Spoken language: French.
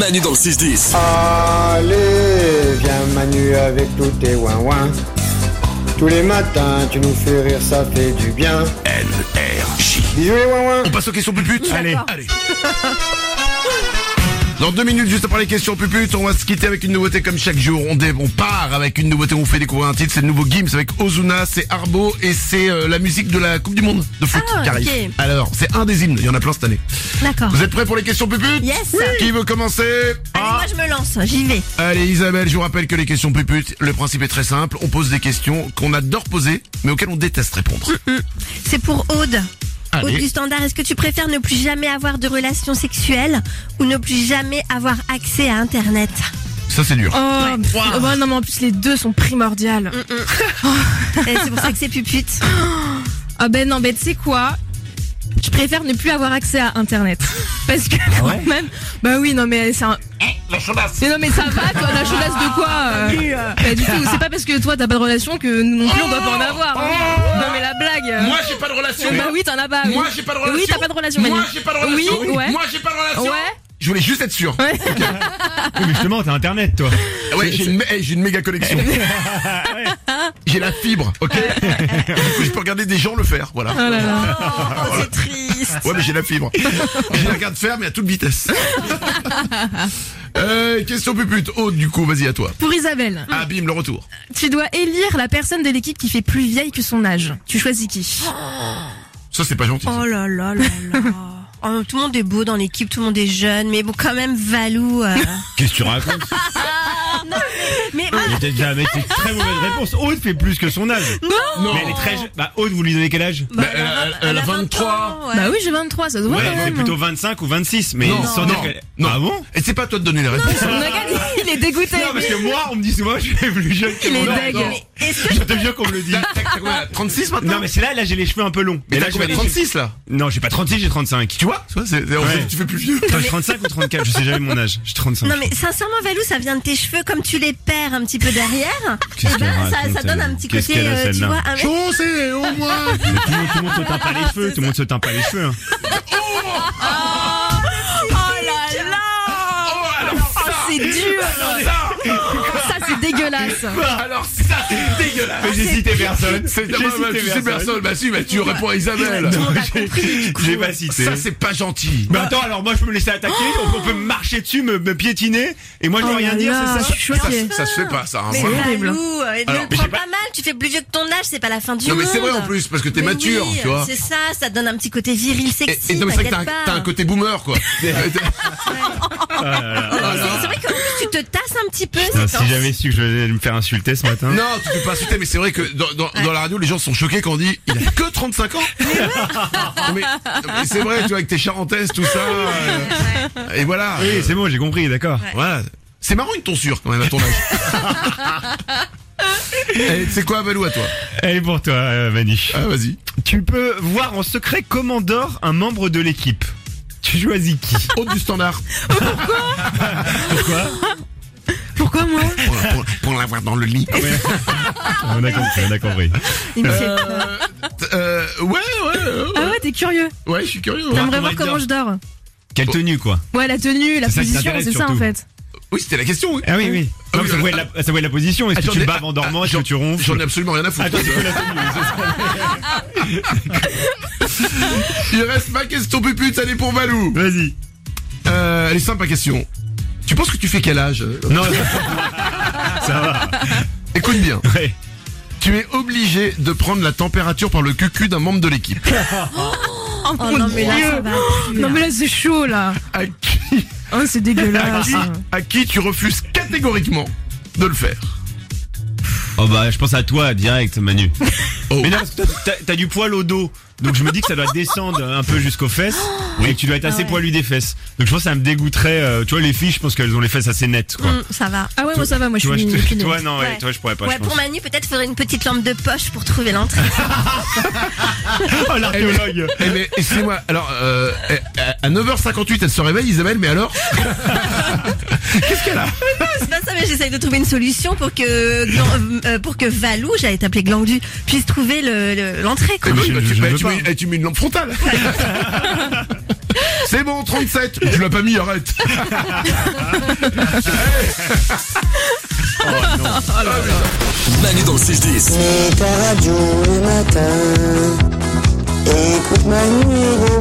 Manu dans le 6-10. Allez, viens Manu avec tous tes ouin-ouin. Tous les matins, tu nous fais rire, ça fait du bien. NRJ. Bisous les ouin-ouin. On passe aux questions puputes. Allez, allez. Dans deux minutes, juste après les questions puputes, on va se quitter avec une nouveauté comme chaque jour. On, dé- on part avec une nouveauté, on vous fait découvrir un titre. C'est le nouveau Gims avec Ozuna, c'est Arbo et c'est euh, la musique de la Coupe du Monde de foot Ah, qui arrive. ok. Alors, c'est un des hymnes, il y en a plein cette année. D'accord. Vous êtes prêts pour les questions puputes Yes. Oui. Qui veut commencer Allez, Ah. moi je me lance, j'y vais. Allez Isabelle, je vous rappelle que les questions puputes, le principe est très simple. On pose des questions qu'on adore poser, mais auxquelles on déteste répondre. C'est pour Aude. Aude du Allez. standard, est-ce que tu préfères ne plus jamais avoir de relations sexuelles ou ne plus jamais avoir accès à Internet Ça c'est dur. Oh, pff, oh, bah non, mais en plus, les deux sont primordiales. Mm, Eh, C'est pour ça que c'est pupute. Ah ben non, ben tu sais quoi Je préfère ne plus avoir accès à Internet. Parce que quand même... Bah oui, non mais c'est un... Eh, Mais non mais ça va, toi, la chaudasse de quoi euh, Bah du tout, c'est pas parce que toi t'as pas de relation que nous non plus on doit pas en avoir. hein. non mais la blague euh. Oh. Moi j'ai pas de relation. Bah oui, t'en as pas. oui. Moi j'ai pas de relation. Oui, t'as pas de relation. Moi Manu. j'ai pas de relation. Oui, ouais. Moi j'ai pas de relation. Ouais. Je voulais juste être sûr. Ouais. Oui, mais justement, t'as internet, toi. Ah Ouais, j'ai une, mé- eh, j'ai une méga connexion. J'ai la fibre, ok Du coup, Je peux regarder des gens le faire, voilà. Oh là là. Oh, c'est triste. Ouais, mais j'ai la fibre. Je la regarde faire, mais à toute vitesse. Euh, question pupute. Oh, du coup, vas-y à toi. Pour Isabelle, Ah, bim, le retour. tu dois élire la personne de l'équipe qui fait plus vieille que son âge. Tu choisis qui Ça, c'est pas gentil. Oh là là là là. Oh, tout le monde est beau dans l'équipe, tout le monde est jeune, mais bon, quand même, Valou. euh, Qu'est-ce que tu racontes Mais ah, moi, J'ai peut-être jamais fait une très mauvaise réponse. Aude fait plus que son âge. Non. Mais elle est très jeune. Bah, Aude, vous lui donnez quel âge Bah, elle a- elle a 23. ans, ouais. Bah oui, j'ai 23, ça se voit Ouais, quand c'est même. plutôt 25 ou 26, mais Non, sans non, dire qu'elle- non. Ah bon Et c'est pas à toi de donner les réponses. Regarde, il est dégoûté. Non, parce que moi, on me dit souvent, je suis plus jeune que Il est mon âge. deg. non. Mais est-ce que Je te jure qu'on me le dit. T'as- t'as- t'as combien, 36 Ah, maintenant Non, mais c'est là, là, j'ai les cheveux un peu longs. Mais là, t'as combien j'ai les 36 là cheveux- Non, j'ai pas 36, j'ai 35. Tu vois Tu vois, c'est- c'est- en Ouais. fait, tu fais plus vieux. Attends, j'ai 35 ou 34, je sais jamais mon âge. J'ai 35. Non mais sincèrement Valou ça vient de tes cheveux comme tu les perds un petit peu derrière et Qu'est-ce qu'elle ben ça, raconte, ça donne un elle petit Qu'est-ce côté qu'elle a, euh, tu celle-là vois un mec Chaussée, au moins Mais tout, le monde- tout le monde se teint pas les cheveux, tout le monde se teint pas les cheveux. hein. Oh, alors ça C'est dur. Ça Ça, c'est dégueulasse. Alors ça, c'est dégueulasse Mais j'ai cité personne. C'est J'ai dommage, cité tu sais personne. Bah si, bah tu réponds à Isabelle. Non, a j'ai- J'ai pas cité. Ça, c'est pas gentil. Mais attends, alors moi je peux me laisser attaquer, on- on peut me marcher dessus, me, me piétiner, et moi je vais Oh rien là dire, là, je c'est ça suis Ça, choquée. ça se fait pas, ça. hein, mais vraiment. horrible. Valou euh, ne Alors, le mais prends j'ai pas- pas mal tu fais plus vieux que ton âge c'est pas la fin du Non monde mais c'est vrai en plus, parce que t'es Mais mature, oui, tu vois. c'est ça ça donne un petit côté viril Et, sexy et non mais c'est vrai que t'inquiète t'as un, pas t'as un côté boomer quoi. Ah Oh Non, mais c'est c'est vrai qu'en plus tu te tasses un petit peu Non, c'est- Ah, Si j'avais su que je vais me faire insulter ce matin. non, tu peux pas insulter, mais c'est vrai que dans, dans, dans la radio, les gens sont choqués quand on dit il a que 35 ans. Non, mais, non, mais c'est vrai, tu vois, avec tes charentaises, tout ça. euh, Et voilà. Oui, c'est bon, j'ai compris, d'accord. Voilà. C'est marrant une tonsure quand même à ton âge. Eh, C'est quoi Balou à toi Elle est pour toi, euh, Maniche. Ah vas-y. Tu peux voir en secret comment dort un membre de l'équipe. Tu choisis qui Haute du standard. Pourquoi moi Pour, la- pour- pour l'avoir dans le lit. On a compris, on a compris. Il me fait- Euh, t- euh, ouais, ouais, euh, Ah ouais, t'es curieux. ouais, je suis curieux. hein. ouais. J'aimerais voir il comment Ah, dort. je dors. Quelle tenue, quoi Ouais, la tenue, la C'est ça qui position, t'intéresse c'est ça en surtout. fait. Oui, c'était la question. Oui. Ah oui, oui. Ah Non, oui, ça, euh, voit la, ça voit la position. Est-ce que J'en ai- tu barbes en dormant ah, Est-ce que j'en- tu ronfles J'en ai absolument rien à foutre. Attends, c'est quoi la tenue Il reste ma question pupute, elle est pour Valou. Vas-y. Euh, elle est simple ma question. Tu penses que tu fais quel âge euh Non, ça va. Écoute bien. Ouais. Tu es obligé de prendre la température par le cucu d'un membre de l'équipe. Oh, non, mais là, ça va plus, Non là. mais là c'est chaud là. À qui, Oh, c'est à, dégueulasse. qui, à qui tu refuses catégoriquement de le faire Oh bah, je pense à toi direct, Manu. Oh. Mais non, parce que toi, t'as- t'as du poil au dos. Donc je me dis que ça doit descendre un peu jusqu'aux fesses. Et que tu dois être assez poilu des fesses. Donc je pense que ça me dégoûterait. euh, tu vois, les filles, je pense qu'elles ont les fesses assez nettes, quoi. Hum, ça va Ah ouais, moi ça va, moi Tu je vois, suis je te- une fille. toi, non, ouais, Ouais. toi, je pourrais pas, ouais je pense. pour Manu peut-être faudrait une petite lampe de poche pour trouver l'entrée Oh, l'archéologue Eh mais excusez-moi, alors euh, eh, à 9h58 elle se réveille Isabelle, mais alors Qu'est-ce qu'elle a c'est pas ça, mais j'essaye de trouver une solution pour que, Glan- euh, pour que Valou, j'allais t'appeler Glandu, puisse trouver le- le- l'entrée, Eh quoi. ben, je- bah, je tu, bah, veux tu pas. mets, eh, tu mets une lampe frontale. C'est bon, 37. Tu l'as pas mis, arrête. Manu dans le 6-10. Et ta radio le matin, écoute Manu et